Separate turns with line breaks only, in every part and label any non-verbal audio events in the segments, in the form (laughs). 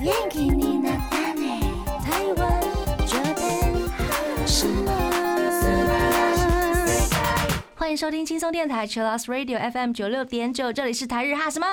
元気になったね台湾这边什么？
欢迎收听轻松电台 Chillus Radio FM 九六点九，这里是台日哈什么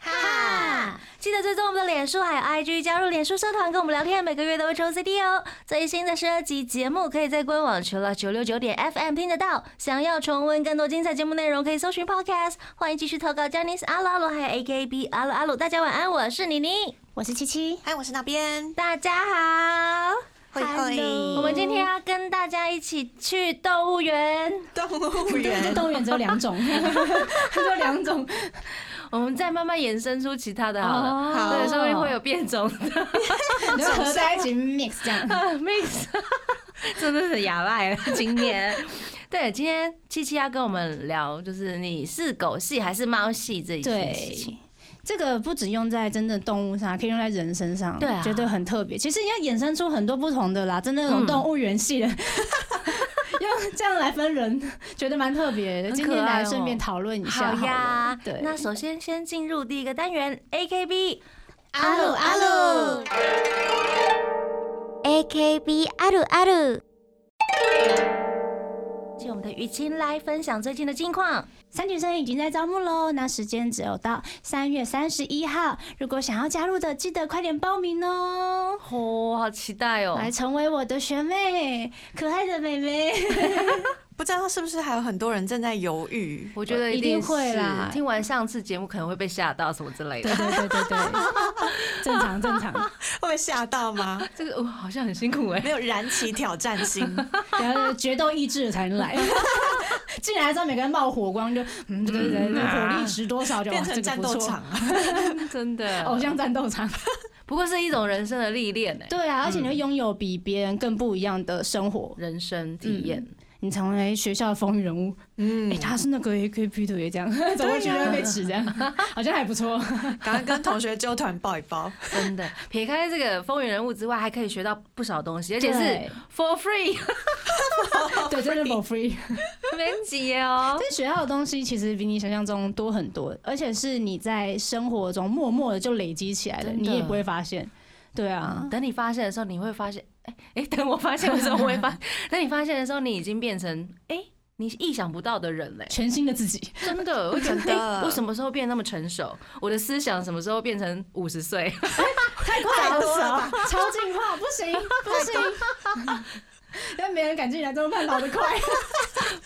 哈。记得追踪我们的脸书还有 IG，加入脸书社团跟我们聊天，每个月都会抽 CD 哦。最新的十二集节目可以在官网 Chillus 九六九点 FM 听得到。想要重温更多精彩节目内容，可以搜寻 Podcast。欢迎继续投稿 j a n i c e 阿鲁阿鲁还有 AKB 阿鲁阿鲁。大家晚安，我是妮妮，
我是七七，
嗨，我是那边，
大家好。
会会
Hello
我们今天要跟大家一起去动物园。
动物园，
动物园只
(laughs)
有两种，只有两种，
我们再慢慢延伸出其他的好了。
好
对，说不定会有变种 (laughs) 的
你就合在一起 mix 这样。
(laughs) mix，真的是哑巴了。今年，对，今天七七要跟我们聊，就是你是狗系还是猫系这一件事情
对。，这个不只用在真的动物上，可以用在人身上，
对啊
觉得很特别。其实要衍生出很多不同的啦，真的那
嗯
种动物园系的。 (laughs) 用这样来分人，觉得蛮特别的。
很可爱哦
今天来顺便讨论一下
好
了
呀，
对，
那首先先进入第一个单元 AKB。
阿鲁阿鲁，AKB 阿鲁阿鲁，
请我们的雨晴来分享最近的近况。
三女生已经在招募喽，那时间只有到三月三十一号，如果想要加入的，记得快点报名哦。
哦，好期待哦！
来成为我的学妹，可爱的妹妹。
不知道是不是还有很多人正在犹豫？
我觉得
一定
是
会啦
听完上次节目可能会被吓到什么之类的
对。对对对 (laughs) 对，正常正常，
会被吓到吗？
这个我哦好像很辛苦哎、
没有燃起挑战心，
(laughs) 然后决斗意志才能来。 (laughs) 进来之后，每个人冒火光，就嗯，这个人的火力值多少就哇
啊变成
这个
战
不
斗
错
场，啊！
(laughs) 真的
偶像战斗场。
不过是一种人生的历练哎，
(laughs) 对啊，而且你会拥有比别人更不一样的生活，
人生体验。
你成为学校的风云人物。
嗯
哎，，他是那个 AKB 的耶， (laughs) 这样走过去就会被指，这样 (laughs) 好像还不错。
赶快跟同学纠团抱一抱，
真的， (laughs) 撇开这个风云人物之外，还可以学到不少东西，而且是
(laughs)
对
for free， (laughs)
对，真的 for free。
没节哦。
但学到的东西其实比你想象中多很多，而且是你在生活中默默的就累积起来的，
真的
你也不会发现。对啊，
等你发现的时候，你会发现，哎、哎、 (laughs) 等我发现的时候，我会发， (laughs) 等你发现的时候，你已经变成哎、你意想不到的人嘞、
全新的自己，
真的，我觉得
真的
哎我什么时候变那么成熟？我的思想什么时候变成五十岁？ (laughs)
太
太多了吧，
啊超进化，不 (laughs) 行不行。 (laughs) 但没人敢进来，怎么办？老得快。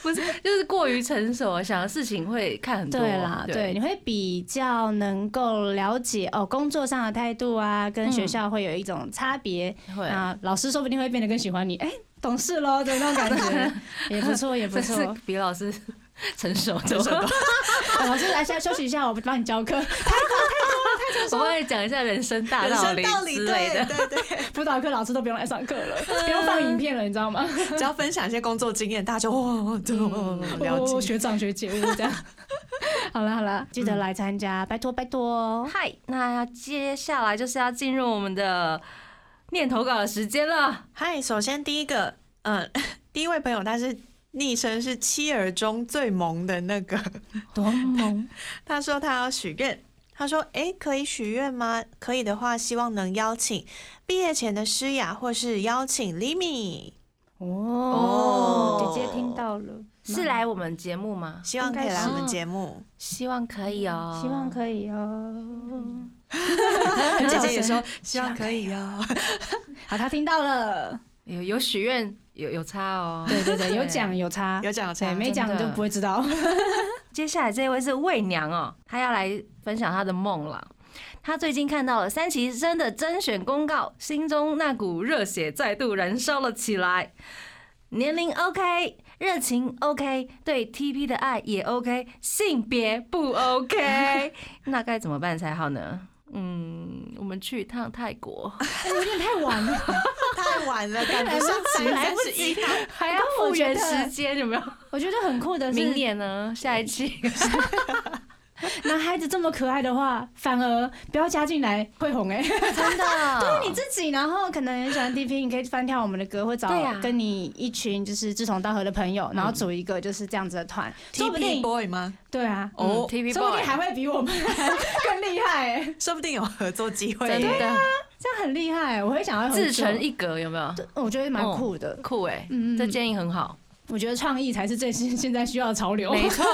不是，就是过于成熟啊，想的事情会看很多。
(laughs) 对啦，对，，你会比较能够了解哦，工作上的态度啊，跟学校会有一种差别。
嗯会
啊，老师说不定会变得更喜欢你，哎、懂事喽的那种感
(laughs)
觉，也不错，也不
这 (laughs) 是
错。
比老师成熟
这什
多。
么？
啊老师来下休息一下，我帮你教课。 (laughs)
我帮你讲一下人生大
人
道
生道理，
之类
对
的。
对对， (laughs)
辅导课老师都不用来上课了，
嗯
不用放影片了，你知
(laughs)
道吗？
只要分享一些工作经验，大家就哦，对哦，了
哦
解。
(laughs) 学长学姐，
(laughs)
我这样。好了好了，记得来参加，拜托拜托。
嗨，那接下来就是要进入我们的念投稿的时间了。
嗨，首先第一个，嗯， (laughs) 第一位朋友他是昵称是妻儿中最萌的那个，
(laughs) 多萌，
(laughs) 他说他要许愿，他说：“诶，可以许愿吗？可以的话，希望能邀请毕业前的诗雅，或是邀请 Limi，
哦
哦，
姐姐听到了，
是来我们节目吗？
希望可以来我们节目。
希望可以哦，
嗯希望可以哦。
(laughs) 姐姐也
(laughs)
说希望可以哦。
好，他听到了，
有有许愿，有有差哦。
(laughs) 对对对，有奖。 (laughs) 有差，
有奖有差
对，没
真
奖
的
就不会知道。
接下来这位是魏娘哦，她要来分享她的梦了。她最近看到了三期生的甄选公告，心中那股热血再度燃烧了起来。年龄 OK，热情 OK，对 TP 的爱也 OK，性别不 (laughs) OK，那该怎么办才好呢？嗯，我们去一趟泰国，
哎有点太晚 (laughs) 了，
太晚了，赶不上才
来
三
不
十一
及。
还要复原时间，有没有？
我觉得很酷的是，
明年呢？下一期
男孩子这么可爱的话，反而不要加进来会红 (laughs) 哎、
(laughs) 真 (laughs) 的，
对你自己，然后可能很喜欢 DP，你可以翻跳我们的歌，或找
对啊
跟你一群就是志同道合的朋友，然后组一个就是这样子的团，说不
TP
定
Boy 吗？
对啊，
哦，
T V
说不定
boy
还 (laughs) 会比我们更厉害哎，
说不定有合作机会
真
耶。
的
这样很厉害，欸我会想要合作
自成，一格，有没有？
对我觉得蛮酷的。
酷哎，
嗯嗯
这
嗯
建议很好，
我觉得创意才是最新现在需要的潮流。
没
(laughs)
错，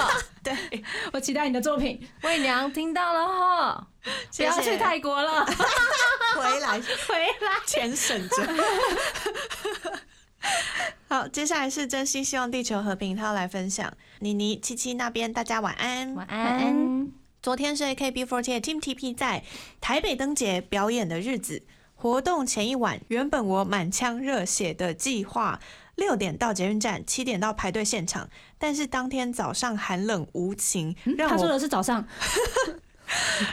我期待你的作品。
魏娘听到了哈，不
谢谢
要去泰国了。
(laughs) 回来，回来，全省着。 (laughs) 好，接下来是真心希望地球和平，他要来分享。妮妮、七七那边，大家晚安。
晚
晚
安。
安。
昨天是 AKB48 Team TP 在台北灯节表演的日子。活动前一晚，原本我满腔热血的计划，六点到捷运站，七点到排队现场。但是当天早上寒冷无情，让
嗯他说
我
的是早上，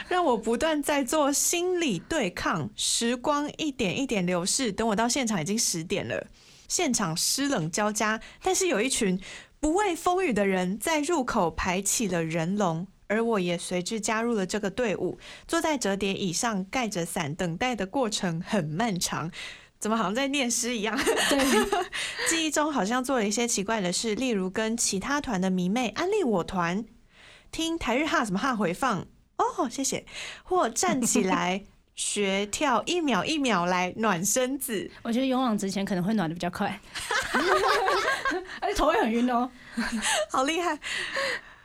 让我不断在做心理对抗，时光一点一点流逝。等我到现场已经十点了，现场湿冷交加，但是有一群不畏风雨的人在入口排起了人龙，而我也随之加入了这个队伍。坐在折叠椅上，盖着伞，等待的过程很漫长。怎么好像在念诗一样？
对，
(laughs) 记忆中好像做了一些奇怪的事，例如跟其他团的迷妹安利我团，听台日哈什么哈回放哦，谢谢，或站起来学跳一秒一秒来暖身子，
我觉得勇往直前可能会暖的比较 (laughs) 快，而且头会很晕哦。
(laughs) 好厉害！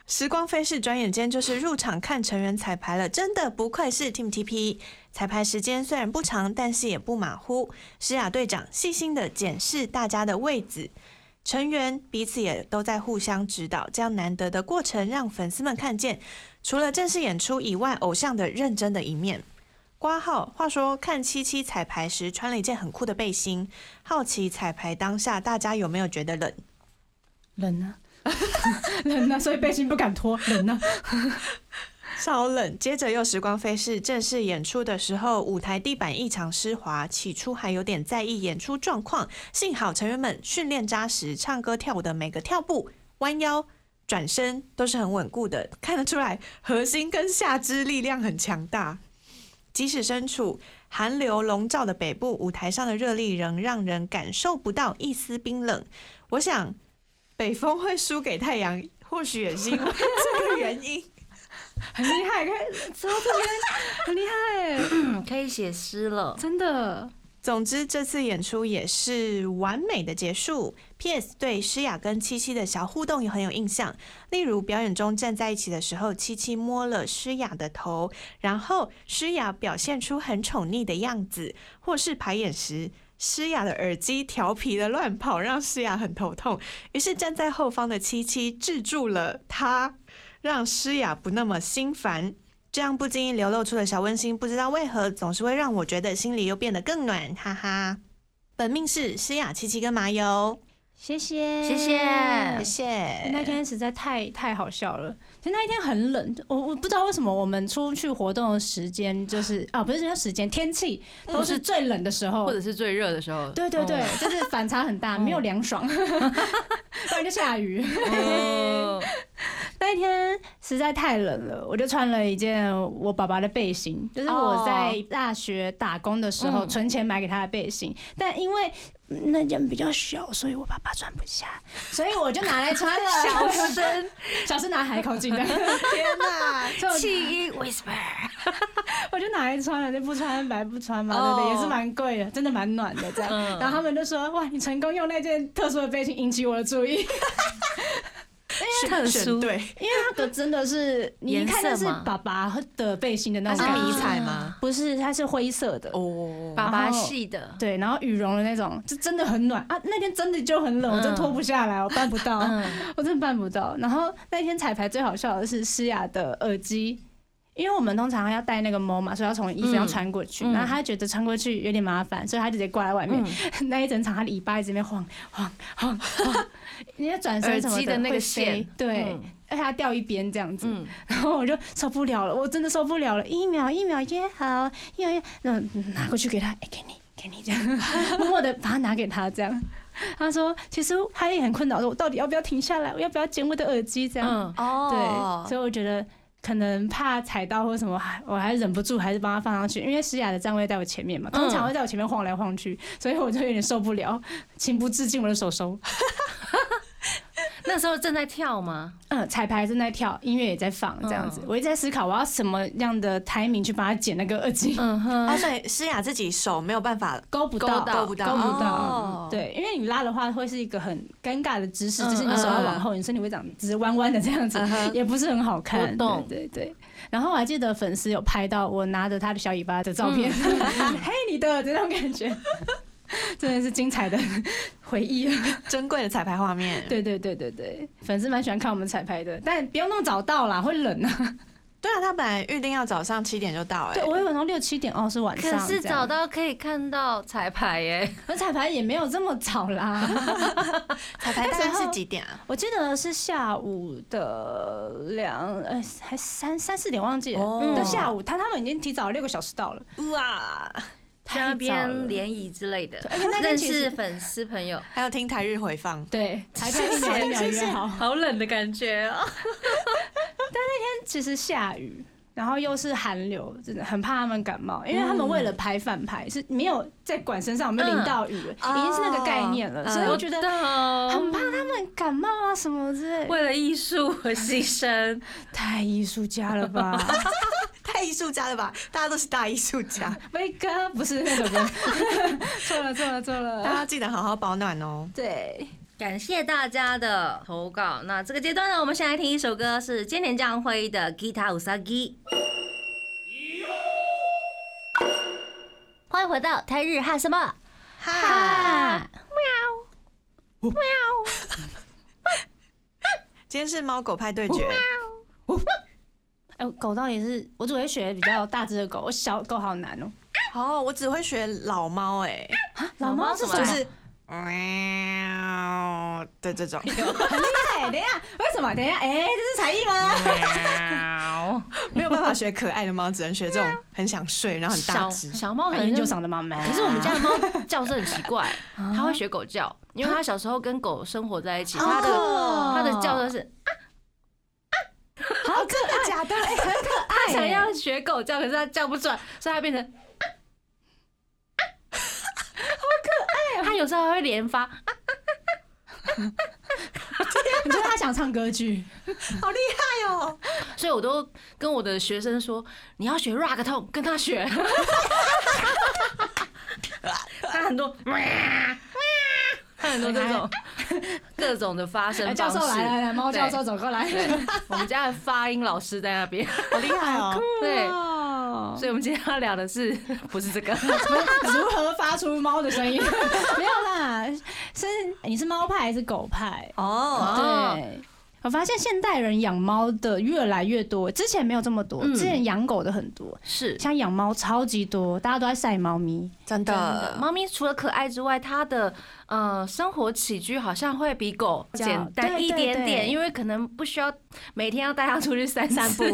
时光飞逝，转眼间就是入场看成员彩排了，真的不愧是 Team TP。彩排时间虽然不长，但是也不马虎。诗雅队长细心的检视大家的位置，成员彼此也都在互相指导，这样难得的过程让粉丝们看见，除了正式演出以外，偶像的认真的一面。挂号，话说看七七彩排时穿了一件很酷的背心，好奇彩排当下大家有没有觉得冷？
冷啊呢、 (laughs) 冷呢、所以背心不敢脱，冷啊呢、
超冷。接着又时光飞逝，正式演出的时候，舞台地板异常湿滑，起初还有点在意演出状况，幸好成员们训练扎实，唱歌跳舞的每个跳步、弯腰。转身都是很稳固的，看得出来核心跟下肢力量很强大。即使身处寒流笼罩的北部，舞台上的热力仍让人感受不到一丝冰冷。我想，北风会输给太阳，或许也是因为这个原因。
很厉害，可以走到这边很厉害，
嗯，可以写诗了。
真的。
总之，这次演出也是完美的结束。P.S. 对诗雅跟七七的小互动也很有印象，例如表演中站在一起的时候，七七摸了诗雅的头，然后诗雅表现出很宠溺的样子，或是排演时。诗雅的耳机调皮的乱跑，让诗雅很头痛。于是站在后方的七七制住了她，让诗雅不那么心烦。这样不经意流露出的小温馨，不知道为何总是会让我觉得心里又变得更暖，哈哈。本命是诗雅、七七跟麻油，
谢谢，
谢谢
谢谢。
嗯那天实在太太好笑了，其实那一天很冷，我我不知道为什么我们出去活动的时间就是啊，不是说时间，天气都是最冷的时候，
或者是最热的哦时候。
对对对，就是反差很
(laughs)
大，没有
嗯
凉爽， (laughs) 不然就下
(laughs)
雨。
哦，
那一天实在太冷了，我就穿了一件我爸爸的背心，就是我在大学打工的时候
哦嗯
存钱买给他的背心，但因为嗯那件比较小，所以我爸爸穿不下，所以我就拿来穿了。
小声
(laughs) 小声拿海口近
(laughs)
的，(laughs)
天哪！
所以我就
气音 whisper，
我就拿来穿了，就不穿白不穿嘛，对不对？
哦
也是蛮贵的，真的蛮暖的这样。
嗯
然后他们就说：“哇，你成功用那件特殊的背心引起我的注意，
特
选
殊
对，
因为那个真的是你一
颜
看就
色
是
吗
爸爸的背心的那
它
种
是
感
迷
觉，
彩吗？
不是，它是灰色的。
哦，
爸爸系的。
对，然后羽绒的那种，就真的很暖啊！那天真的就很冷，我真脱不
(laughs)
下来，我办不到，
嗯，
我真的办不到。然后那天彩排最好笑的是诗雅的耳机，因为我们通常要戴那个猫嘛，所以要从衣服上穿过去。
嗯嗯
然后她觉得穿过去有点麻烦，所以她就直接挂在外面。
嗯
(laughs) 那一整场她的尾巴一直在那边晃晃晃
(laughs)
晃，人家转身什么
耳机的那个
会飞
线
对
嗯，
而且她掉一边这样子。
嗯，
然后我就受不了了，我真的受不了了，一秒一秒也好，一秒一秒嗯拿过去给他，哎、给你，给你这样， (laughs) 默默的把它拿给他这样。他说，其实他也很困扰，说我到底要不要停下来，我要不要捡我的耳机这样。
嗯，
哦
对，所以我觉得可能怕踩到或什么，还我还忍不住还是帮他放上去，因为诗雅的站位在我前面嘛，通常会在我前面晃来晃去，所以我就有点受不了，情不自禁我的手手，
那时候正在跳吗？
嗯，彩排正在跳，音乐也在放，这样子，我一直在思考我要什么样的 timing 去帮他剪那个耳机，
嗯哼，
啊，所以诗雅自己手没有办法
勾不
勾
到，
到，不
勾不到嗯
哦
对，因为你拉的话会是一个很尴尬的姿势，
嗯
就是你手要往后，你身体会长直弯弯的这样子
嗯哼，
也不是很好看。
我懂
对对对。然后我还记得粉丝有拍到我拿着他的小尾巴的照片， (laughs) 嘿，你的这种感觉， (laughs) 真的是精彩的回忆。啊
珍贵的彩排画面。
(laughs) 对对对对对，粉丝蛮喜欢看我们彩排的，但不要那么早到啦，会冷啊。
对啊，他本来预定要早上七点就到、
对，
哎，
我以为从六七点哦是晚上
可
这样，
是找到可以看到彩排耶，
可彩排也没有这么早啦。 (laughs)
彩排大概是几点啊？
我记得是下午的两呃还三三四点忘记了、
哦
嗯的下午，他他们已经提早六个小时到了，
哇，
在那
太早了
边联谊之类的 (laughs)
对而且那，边
认
其实
识粉丝朋友，
(laughs) 还有听台日回放，
对，还看一秒一秒约好。
好冷的感觉哦。
其实下雨，然后又是寒流，真的很怕他们感冒，因为他们为了排反排是没有在管身上有没有淋到雨了，
嗯
已经是那个概念了，
哦
所以
嗯
我觉得很
很
怕他们感冒啊什么之类的。
(laughs) 为了艺术而牺牲，
太艺术家了吧
太艺术家了吧？大家都是大艺术
(laughs)
家，
？Wake up，不是那首歌， (laughs) 错了错了错
大
了，
家记得好好保暖哦。
对。
(laughs) 感谢大家的投稿。那这个阶段呢，我们先来听一首歌，是菅田将晖的《Gita Usagi》。欢迎回到台日哈什么
哈，
(laughs) 啊？
今天是猫狗派对决，
哎、狗倒也是，我只会学比较大只的狗，我小狗好难哦、
哦，我只会学老猫，哎，
老猫是什么？啊
就
对
是喵的这种，
哎，等一下，为什么？等一下，哎、这是才艺吗？
没有办法学可爱的猫，只能学这种很想睡然后很大
小
只。
小猫可
研
能
究
哎就
上的妈妈。
可是我们家的猫叫声很奇
(laughs)
怪，
啊
它会学狗叫，因为它小时候跟狗生活在一起，它的
哦
它的叫声是，
好可爱，假啊的，哎、很可爱
它想要学狗叫，可是它叫不出来，所以它变成，
(laughs) 哦
好可爱。它有时候还会连发，
(laughs) 你觉得它想唱歌 (laughs) 剧？
好厉害哦！
所以我都跟我的学生说，你要学 rock 痛，跟他学。 (laughs) 他很多， (laughs) 他很多这
(laughs)
种各种的发声
哎，教
方
授来来
式。
来，猫教授走过来。
我们家的发音老师在那边，
好厉害
(laughs)
哦！
对，
哦
所以我们今天要聊的是不是这个？
如何发出猫的声音？ (laughs) 没有啦，是你是猫派还是狗派？
哦，
哦
对。我发现现代人养猫的越来越多，之前没有这么多，
嗯
之前养狗的很多，
是
像养猫超级多，大家都在晒猫咪。
真的，
猫咪除了可爱之外，它的呃生活起居好像会比狗
较
简单
对
一
对
点
对
点，因为可能不需要每天要带它出去散散步，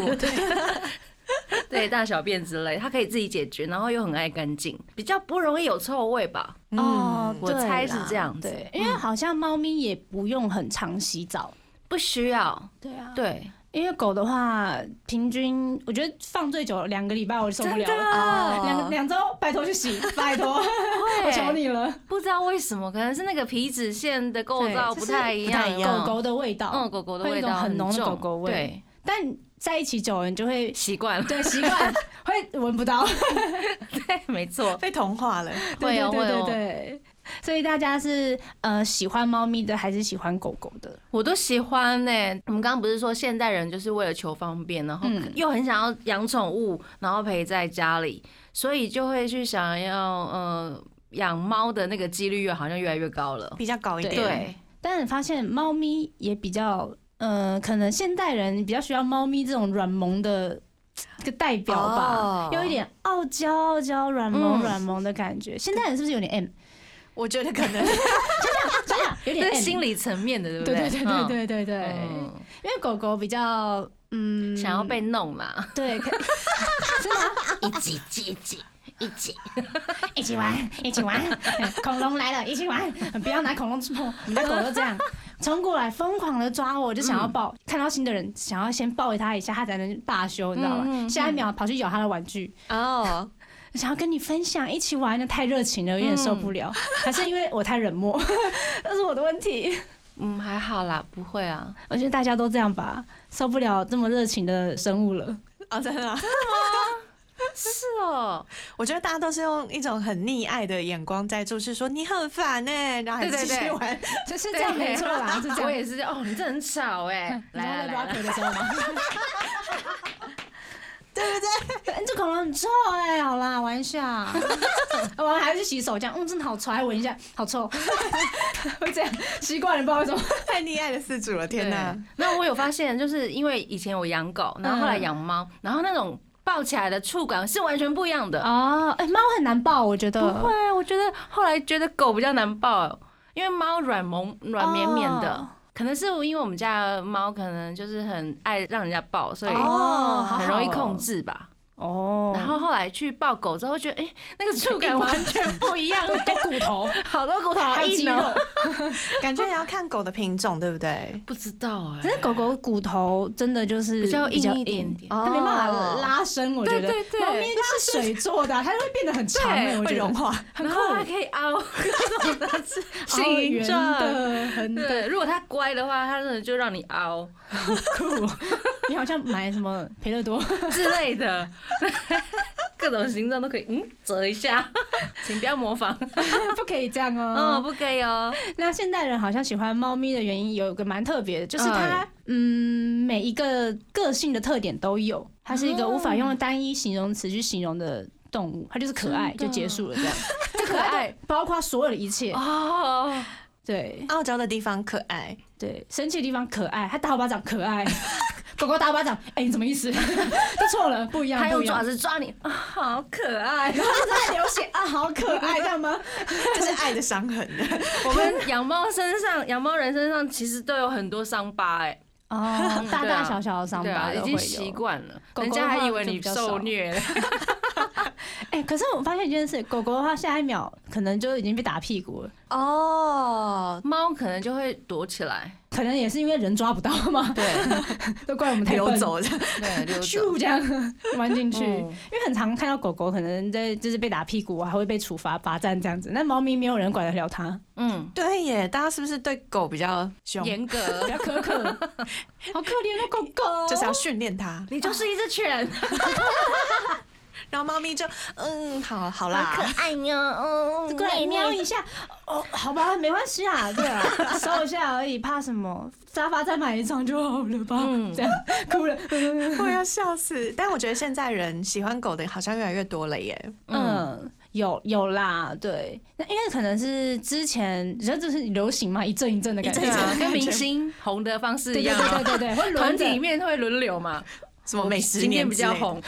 (laughs) 对大小便之类，它可以自己解决，然后又很爱干净，比较不容易有臭味吧？
哦，
嗯
我
对
猜是
啦
这样子
对，因为好像猫咪也不用很常洗澡。
不需要，
对啊，
对，
因为狗的话，平均我觉得放最久两个礼拜我就受不了了，
哦
两两周拜托
(laughs)
去洗，拜托， (laughs) 我求
对，
你了。
不知道为什么，可能是那个皮脂腺的构
对
造
就
不
是
太一
不太一
样，
狗狗的味道，
嗯，狗狗的
会有
味
一种
道
很浓的
重
狗狗味
对，
但在一起久了你就会
习惯 (laughs) 了，
对习惯会闻不到。
对，没错，
被同化了。
会哦
对对
会
对
哦
对。所以大家是呃喜欢猫咪的还是喜欢狗狗的？
我都喜欢呢、我们刚刚不是说现代人就是为了求方便，然后
嗯
又很想要养宠物，然后陪在家里，所以就会去想要呃养猫的那个几率越好像越来越高了。
比较高一点。
对
对，
但你发现猫咪也比较，呃，可能现代人比较需要猫咪这种软萌的呃这个代表吧
哦，
有一点傲娇、傲娇、软
嗯
萌、软萌的
(laughs)
感觉。现代人是不是有点 M？
我觉得可能
真的有点
这
M
是心。理层面的，对不
对对
对
对
嗯
对对对对，
嗯
因为狗狗比较嗯
想要被弄啦，
对，可嗯
一挤挤挤一挤，(laughs)
一 (laughs) 起玩，一起玩，恐龙来了，一起玩，不要拿恐龙吃碰，我们家狗都这样。冲过来疯狂的抓我，就想
嗯
要抱，看到新的人想要先抱他一下，他才能罢休，你知道吗？
嗯嗯嗯
下一秒跑去咬他的玩具，
哦，
想要跟你分享，一起玩的太热情了，有点受不
嗯
了，还是因为我太冷漠， (laughs) 那是我的问题。
嗯，还好啦，不会啊。
我觉得大家都这样吧，受不了这么热情的生物了。
哦，真的吗，
是哦，
我觉得大家都是用一种很溺爱的眼光在注视，说你很烦呢、然后还
对对
继续
对
玩。
就是这样没错啦，是这样。
我也是这样。哦，你这很吵
嗯
哎、
(laughs)
来来来来，
，rocker 的时候吗？对不对？这恐龙很臭哎、好啦，玩一 (laughs) 下，我还要去洗手，这样，嗯，真的好臭，还闻一下，好臭， (laughs) 会这样，习惯了，不知道为什么。
太溺爱的四主了，天哪！
对！没有，我有发现，就是因为以前我养狗，然后后来养猫，然后那种抱起来的触感是完全不一样的。
哦，哎、猫很难抱，我觉得
不会啊，我觉得后来觉得狗比较难抱，因为猫软萌软绵绵的
哦。
可能是因为我们家的猫可能就是很爱让人家抱，所以
哦，好好哦
很容易控制吧。
哦。
然后后来去抱狗之后，觉得哎、那个触 (laughs) 感完全不一样，
(laughs) 都骨头，
好多骨头
还
好
有肌
硬
肉
哦。。
感觉也要看狗的品种，对不对？
不知道哎、
可是狗狗骨头真的就是
比较
比较哦
硬一点点，
它没办法拉伸，我觉得。
对对对
猫咪就是水做的啊，它会变得很长欸，
对
我觉
会
得
融化，
然后它可以凹 (laughs) 各种的是
哦
形
圆
状。
的，很
嗯对，如果它乖的话，它真的就让你 (laughs) 凹
酷。你好像买什么 (laughs) 培乐多？
之类的， (laughs) 各种形状都可以，嗯，折一 (laughs) 下，请不要模仿，
不可以这样
哦，
哦。
不可以哦，
那现代人好像喜欢猫咪的原因有一个蛮特别的，就是它
哎
嗯每一个个性的特点都有，它是一个无法用单一形容词去形容的动物，它就是可爱
真的
就结束了这样。
这可爱
(laughs) 包括所有的一切，
哦，
对
澳洲的地方可爱， (laughs)
对，生气的地方可爱，它打我巴掌可爱， (laughs) 狗狗打我巴掌，哎、你什么意思？ (laughs) 这错了，不一样，
它
不
用
一
爪
(laughs) 样。
子抓你，啊好可爱。
然后就在流血啊，好可爱，这样吗？
这是爱的伤痕。
(laughs)
(laughs)
我 (laughs) 们养猫身上，养猫人身上其实都有很多伤疤，哎， (laughs)
哦，大
对啊
大小小的伤
对
疤
啊，
都
已
会
经
有
习惯了，
狗
人
狗
家
的
还
话
以为
就
你
比较
受 (laughs)
少
虐了。
哎、可是我发现一件事，狗狗的话，下一秒可能就已经被打屁股了，
哦，
猫可能就会躲起来，
可能也是因为人抓不到嘛，
(laughs) 对
都怪我们太
流
(laughs)
笨，
走的，
对，溜走。
咻这样玩进去。
嗯
因为很常看到狗狗可能在就是被打屁股啊，还会被处罚罚站这样子，那猫咪没有人管得了它，
嗯，
(laughs) 对耶，大家是不是对狗比较凶？
严格
比，较苛刻，好可怜哦的狗 (laughs) 狗，
就是要训练它，
(laughs) 你就是一只犬，
然后猫咪就嗯，好好啦，
爱呀，嗯
过来喵一下，哦，好吧，没关系啊，对啊，收一下而已，怕什么？沙发再买一张就好了吧？
嗯
这样哭了，
(laughs) 我要笑死。但我觉得现在人喜欢狗的好像越来越多了耶。
嗯，有有啦，对，那因为可能是之前，你知道这是流行嘛，一阵一阵的感觉，
一
对
阵
啊，
对
跟明星红的方式
(laughs) 对
一
对
样啊
对。对 (laughs) 对，会
团
轮着哦
体里面会轮流嘛，
什么美食
今天
年
比较，
(laughs)
红，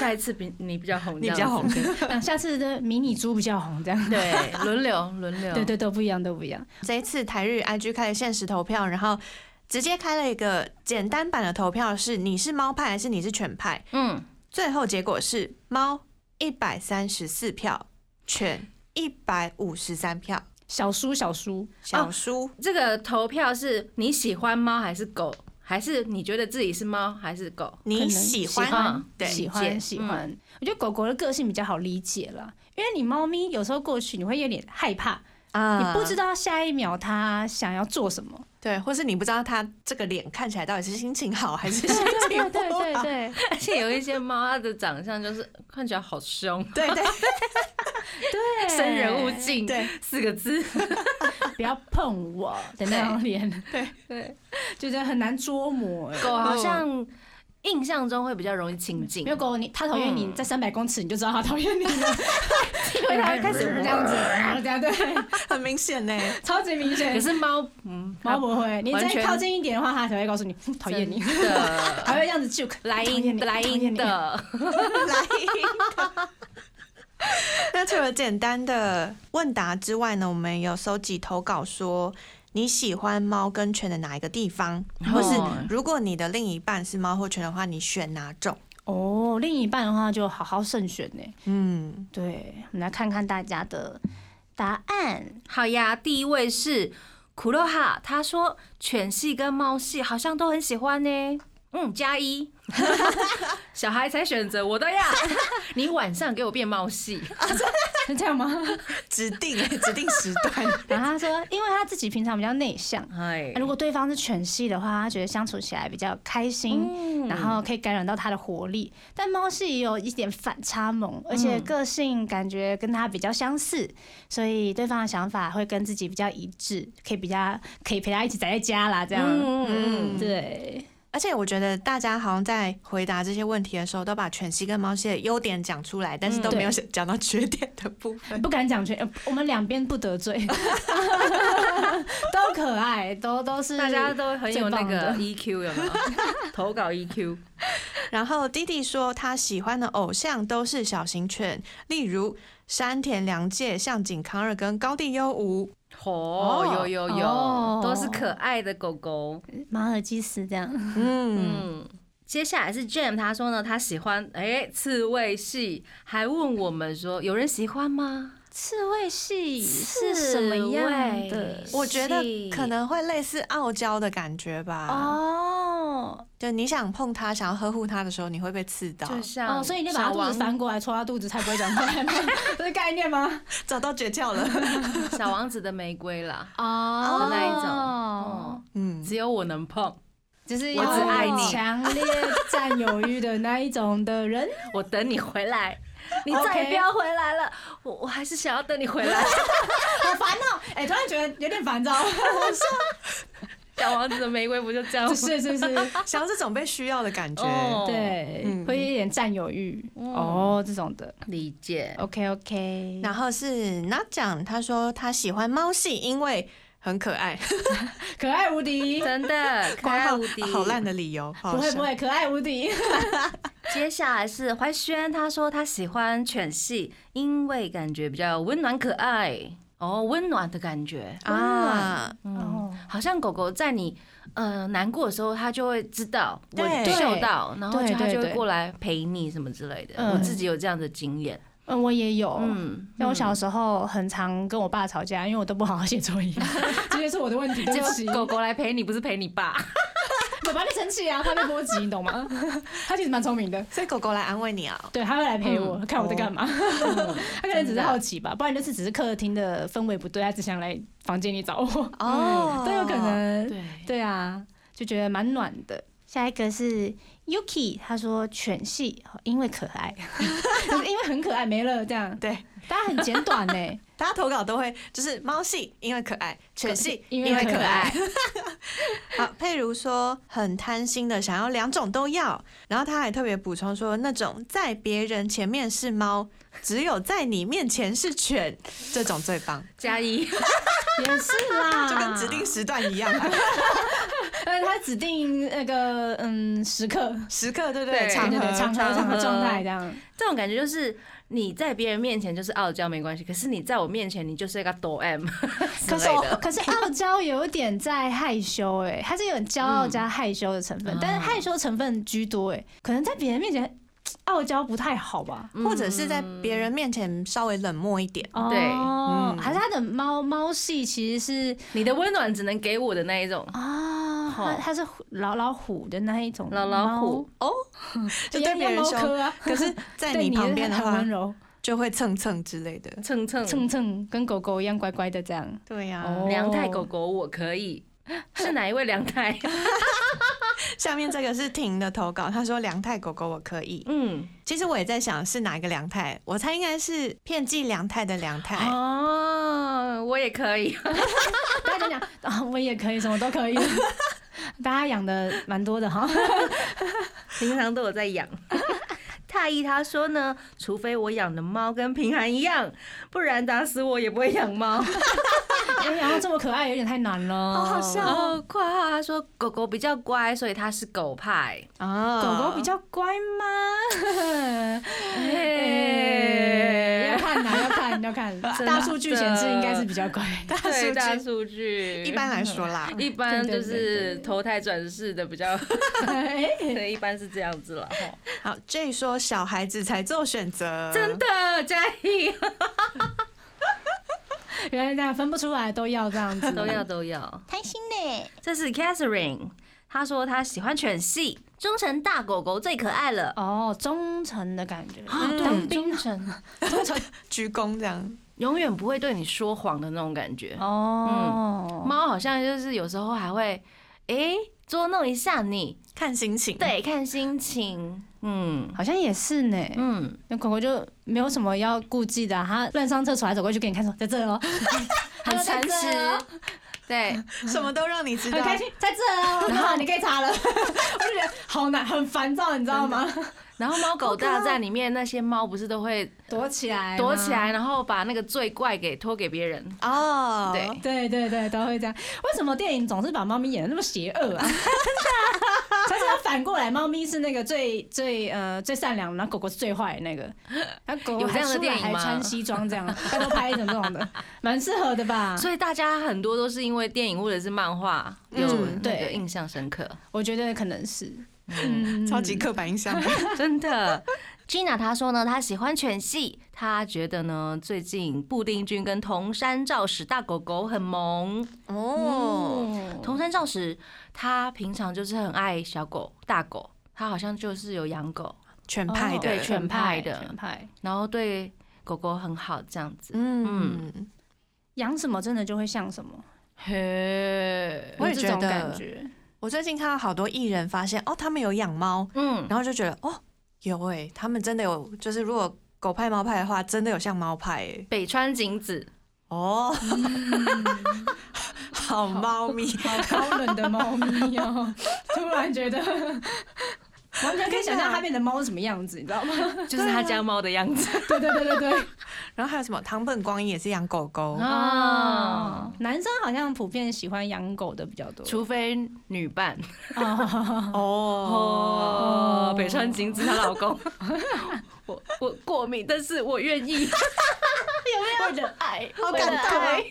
下一次比你比较红，
你比
这
较
样
红
子，
啊下次的迷你猪比较红，这样，
对，轮流轮流，
对对都不一样，都不一样，
这一次台日 IG 开了限时投票，然后直接开了一个简单版的投票，是你是猫派还是你是犬派？
嗯，
最后结果是猫一百三十四票，犬一百五十三票，
小叔小叔，
小叔。
这个投票是你喜欢猫还是狗，还是你觉得自己是猫还是
(laughs)
狗？
你
能
喜
喜欢
欢对
喜
理解嗯
欢喜欢，我觉得狗狗的个性比较好理解啦，因为你猫咪有时候过去你会有点害怕，
嗯
啊
你不知道下一秒它想要做什么。
对，或是你不知道它这个脸看起来到底是心情好还是心
对
情不
对
好，
对对
而且有一些猫，它的长相就是看起来好凶，
对对
对，
生人勿近，
对，
四个字。
(laughs) 不要碰我的那张脸， (laughs)
对，
就是很难捉摸。哎
狗好像印象中会比较容易亲近
没，有狗，你它讨厌你，在三百公尺你就知道它讨厌你了，嗯 (laughs) 因为它会开始这样子，这样对，
很明显呢。
超级明
可
(laughs) 显。
是猫，嗯，
猫
它
不会，你
完
再
全
靠近一点的话，它才会告诉你嗯讨厌你，
真
(laughs)
的。
还会这样子 juke
莱
讨厌
茵
你
莱茵，
讨厌
的，
来。 (laughs) 那除了简单的问答之外呢，我们也有收集投稿说你喜欢猫跟犬的哪一个地方，或是
哦
如果你的另一半是猫或犬的话，你选哪种？
你哦，另一半的话就好好慎选欸呢。
嗯，
(laughs) 对，我们来看看大家的答案。
好呀，第一位是苦肉哈他说犬系跟猫系好像都很喜欢呢。嗯，加
(laughs)
一，小孩才选择我的呀。你晚上给我变猫系，
是这样吗？
指定欸指定时段，
然后他说，因为他自己平常比较内向，
哎
如果对方是犬系的话，他觉得相处起来比较开心，
嗯
然后可以感染到他的活力。但猫系也有一点反差萌，而且
嗯
个性感觉跟他比较相似，所以对方的想法会跟自己比较一致，可以比较可以陪他一起宅在家啦，这样。
嗯嗯嗯，
对，
而且我觉得大家好像在回答这些问题的时候，都把犬系跟猫系的优点讲出来，但是都
嗯
没有讲到缺点的部分。 (laughs)
不敢讲全，呃我们两边不
(laughs)
得罪，都可爱，都都是
嗯
哦
大家都很有那
最
个
棒的
EQ 有
(laughs)
没有？投稿 E EQ，
然后弟弟说他喜欢的偶像都是小型犬，例如山田凉介、向井康二跟高地优吾。
哦，有有有
哦，
都是可爱的狗狗。
马尔济斯这样。
嗯，
嗯，接下来是 Jam，他说呢，他喜欢哎、刺猬系，还问我们说有人喜欢吗？
刺猬系
刺
是什么样
猬
的？
我觉得
是
可能会类似傲娇的感觉吧。
哦
就你想碰它、想要呵护它的时候，你会被刺到，
就像
哦，所以你就把它
小
肚
王
子翻过来戳它肚子，才不会长出来吗？ (laughs) 这是概念吗？
找到诀窍
(laughs)
了。
小王子的玫瑰啦，
哦
那一种哦，
嗯，
只有我能碰，
就是
我
要
只爱你
强烈占有欲的那一种的人。
我等你回
(laughs)
来。你再也
OK
不要回来了我我还是想要等你回来。 (laughs)
好烦哦！ (laughs) 哎，突然觉得有点烦躁。 (laughs)
小王子的玫瑰不就这样吗？
是是是，
想要这种被需要的感觉。
哦
对
嗯，
会有一点占有欲
嗯
哦，这种的。
理解，
OK OK，
然后是 n a 讲，他说他喜欢猫系，因为很可爱。
可爱无敌，
真
(laughs)
的可爱无敌，
(laughs) 好烂的理由。好
不会
笑
不会，可爱无敌。
接下来是怀轩，他说他喜欢犬系，因为感觉比较温暖可爱。哦，温暖的感觉，
啊！
嗯，
哦，
好像狗狗在你呃难过的时候，它就会知道，
对
我嗅到，然后就
对
它就会
对
过来陪你什么之类的。
嗯
我自己有这样的经验，
嗯，我也有，
嗯，
因为我小时候很常跟我爸吵架，因为我都不好好写 (laughs) 作业，这些是我的问题，对
结
不起
果，狗狗来陪你，不是陪你爸，
我爸被生气啊，他被波及，你懂 (laughs) 吗？他其实蛮聪明的，
所以狗狗来安慰你啊、
对，他会来陪我，看我在干嘛，
嗯
(laughs) 他可能只是好奇吧，不然就是只是客厅的氛围不对，他只想来房间里找我，
哦，
都有可能，
对，
对啊，就觉得蛮暖的。下一个是 Yuki，他说犬系因为可爱， (laughs) 就是因为很可爱没了这样，
对，
大家很简短欸呢、 (laughs)
大家投稿都会就是猫系，因为可爱；犬系，
因
因
为
为可
可
爱。好，佩如说很贪心的想要两种都要，然后他还特别补充说，那种在别人前面是猫，只有在你面前是犬，这种最棒，
加一， (laughs)
也是 (laughs) 啦，
就跟指定时段一样，
呃，他指定那个嗯时刻，
时刻对不
对
场
对
合
对对，场
场
合场
合
合状态这样，
这种感觉就是你在别人面前就是傲娇没关系，可是你在我面前你就是一个抖 M 之
可是
类的。
可是傲娇有点在害羞哎、他是有点骄傲加害羞的成分，
嗯
但是害羞成分居多哎、可能在别人面前傲娇不太好吧。
嗯
或者是在别
嗯
人面前稍微冷漠一点。
对
哦
嗯，
还是他的猫猫系其实是
你的温暖只能给我的那一种。
啊，
哦
好
它它是虎老老虎的那一种
老老虎
哦，就对别人
猫
凶，
科啊，
可
(laughs)
是，在
对
你
你
旁边的
很
话
温，柔，
就会蹭蹭之类的。
蹭蹭
蹭蹭跟狗狗一样乖乖的这样。
对呀、
哦
凉太狗狗我可以， (laughs) 是哪一位凉太？
下面这个是婷的投稿，他说凉太狗狗我可以。
(laughs) 嗯，
其实我也在想是哪一个凉太，我猜应该是片寄凉太的凉太。
嗯哦，我也可以，
大家讲啊，我也可以，什么都可以。 (laughs) 大家养的蛮多的哈，
(laughs) 平常都有在 (laughs) 养。太医他说呢，除非我养的猫跟平涵一样，不然打死我也不会养 (laughs) 猫。哦
然哎后这么可爱有点太难了。
好好笑
然后括号他说狗狗比较乖，所以它是狗派。
啊
哦狗狗比较乖吗？哎
嘿
要看呐，要看，要 (laughs) 看。
真的
大数据显示应该是比较乖。
哦 (laughs) 大
对大
数据，
数据，
一般来说
(laughs)
啦，
(laughs) 一般
对
就
对对
是投胎转世的比较，对，一般是这样子了。吼
好，J 说小孩子才做选择，
真的，嘉义，
原来这样分不出来都要这样子，
都要都要。
开心呢。
这是 Catherine，她说她喜欢犬系，忠诚大狗狗最可爱了。
哦，忠诚的感觉，嗯
对
当兵城
鞠躬这样。
永远不会对你说谎的那种感觉。
哦，
猫好像就是有时候还会，诶，捉弄一下你，
看心情，，
对，看心情，嗯
好像也是呢。
嗯，
那狗狗就没有什么要顾忌的啊、它乱上厕所还走过去给你看，说在这 (laughs) 哦，
很诚实，对，
什么都让你知道
很。开心，在这哦，然后你可以查了。 (laughs) 我就觉得好难，很烦躁，你知道吗？
然后猫狗大战里面那些猫不是都会
躲起来，
躲起。来，然后把那个罪怪给托给别人，
哦，
对，
对对对，都会这样。为什么电影总是把猫咪演的那么邪恶啊？真的啊，它是要反过来，猫咪是那个最最呃最善良，然后狗狗是最坏的那个。然后狗狗
有这
还
样的
出来
电影
还
吗
穿西装这样，他都拍一种这种的，蛮适合的吧？
所以大家很多都是因为电影或者是漫画有
嗯
那个
对
印象深刻，
我觉得可能是，嗯，
超级刻板印象。
真的。Gina 她说呢，她喜欢犬系，她觉得呢最近布丁君跟桐山照史大狗狗很萌。
嗯
(laughs) 哦，
桐山照史他平常就是很爱小狗、大狗，他好像就是有养狗，
全派
哦
的，
对犬派的
犬派
然后对狗狗很好这样子。
嗯，
养什么真的就会像什么，
嘿，
我也
有这
觉
种
得
感觉
我最近看到好多艺人发现哦，他们有养猫，
嗯，
然后就觉得哦，有哎、他们真的有，就是如果狗派猫派的话，真的有像猫派哎、
北川景子，
哦， (laughs) 好猫咪，
好高冷的猫咪哦，突然觉得。 (laughs) 完全可以想象它变成猫是什么样子，你知道吗？
就是他家猫的样 (laughs) 子
(laughs) 对啊对对对 (laughs) 对。
然后还有什么唐本光一也是养狗狗，
啊
哦，，男生好像普遍喜欢养狗的比较多。
除非女伴
哦，
哦，北川景子她老公， (laughs) 我我过敏，但是我愿意。
为了爱，
好
为了
感动
爱
哎、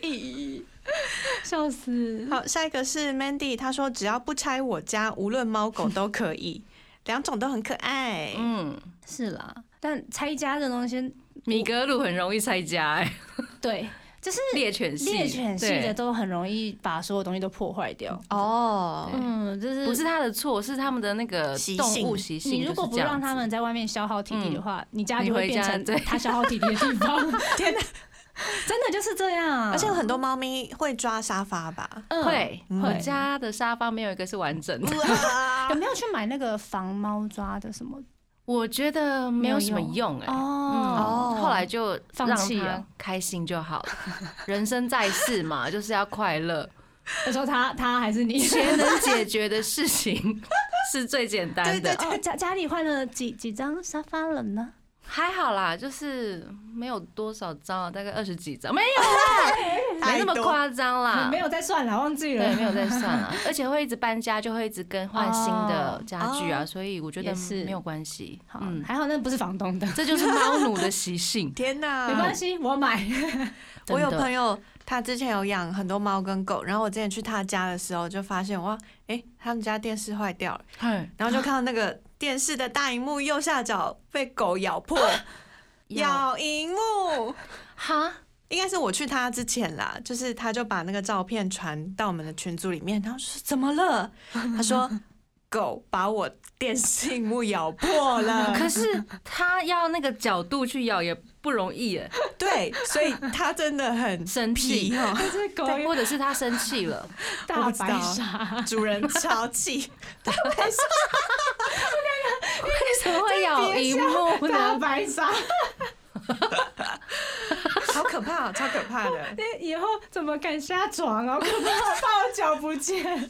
笑死。
好，下一个是 Mandy，她说只要不拆我家，无论猫狗都可以，两种都很可爱。
嗯，
是啦，但拆家这东西，
米格鲁很容易拆家，哎，
对，就是
猎犬系，
猎犬系的
对
都很容易把所有东西都破坏掉。
哦
对
嗯，就是
不是他的错，是他们的那个
习
动
性
物习性。
你如果
就是
不
这样
让他
子
们在外面消耗体力的话，你家
你
就
回
会变
家
成
对
他消耗体力的地方。 (laughs)
天哪！
真的就是这样，
而且
嗯
有很多猫咪会抓沙发
(laughs)
吧？
嗯
会，
嗯。
我家的沙发没有一个是完整的，
有没有去买那个防猫抓的什么？
我觉得没有什么用哎、
哦
嗯后来就让
放弃
他
了
开心就好了。人生在世嘛，就是要快乐。 (laughs)
那时候他他还是你。
钱能解决的事情 (laughs) 是最简单
(laughs)
的，
哦，家家里换了几几张沙发了呢？
还好啦，就是没有多少张啊，大概二十几张，没有啦，没那么夸张啦，
没有再算了，忘记
对，
了
没。有在算
(laughs)
了，而且会一直搬家，就会一直更换新的家具啊，所以我觉得
哦也是
没有关系。
好
嗯，，
还好那不是房东的，
这就是猫奴的习性
(laughs)
天哪！
没关系，我买。 (laughs)
我有
真的
朋友，他之前有养很多猫跟狗，然后我之前去他家的时候就发现，哇，诶，他们家电视坏掉了，
嘿
然后就看到那个电视的大荧幕右下角被狗
(laughs)
咬破，咬荧幕。
哈，
应该是我去他之前啦，就是他就把那个照片传到我们的群组里面，然后说怎么了？他说狗把我电视荧幕咬破
(laughs)
嗯
了。 (laughs)
可是它要那个角度去咬也不容易耶，
对，所以他真的很
生气
(laughs) 皮，哦，
这狗
对或者是它生气
(laughs)
了，
大白鲨，
主人超 (laughs) 气。
为什么会咬荧幕啊
大
呢？
白 (laughs) 鲨。
好可怕、哦，超可怕的。
那以后怎么敢下床啊？我可怕，我怕我脚不见。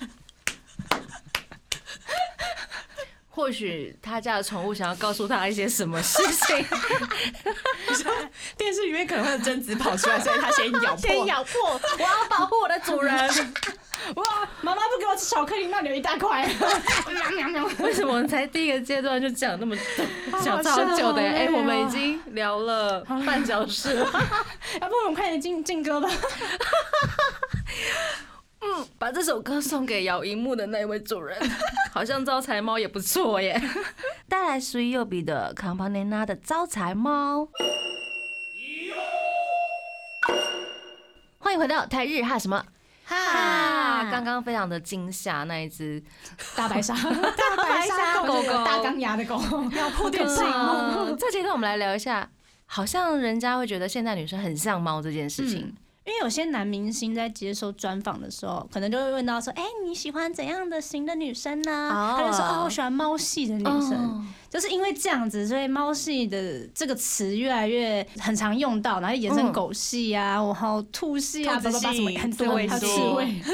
或许他家的宠物想要告诉他一些什么事
(laughs)
情，
(laughs) 电视里面可能会有贞子跑出 (laughs) 来，所以他先咬破。
咬破，我要保护我的主人。
(laughs) 哇，妈妈不给我吃巧克力，那里有一大 (laughs) 块。
(laughs) 为什么才第一个阶段就讲那么多，讲这好久的？
好
哎、
累哦
我们已经聊了半小时了，
要不我们快点进进歌吧。
把这首歌送给姚荧幕的那一位主 (laughs) 人，好像招财猫也不错耶。带来属于右比的康帕内娜的招财猫。欢迎回到台日哈什么哈
哈？
刚刚非常的惊吓那一只，
大白鲨，大
白鲨
狗
狗狗
大钢牙 (laughs) 的狗，
要破点
对
静默。
啊这阶段我们来聊一下，好像人家会觉得现在女生很像猫这件事情。
因为有些男明星在接受专访的时候，可能就会问到说：“哎、你喜欢怎样的型的女生呢、
哦
他就说：“哦，我喜欢猫系的女生。
哦
就是因为这样子，所以猫系的这个词越来越很常用到，然后延伸
嗯
狗系啊，然后兔系啊，
兔
叭
子
叭叭
系
什么很
刺
多
猬
还有
系
刺猬。 (laughs)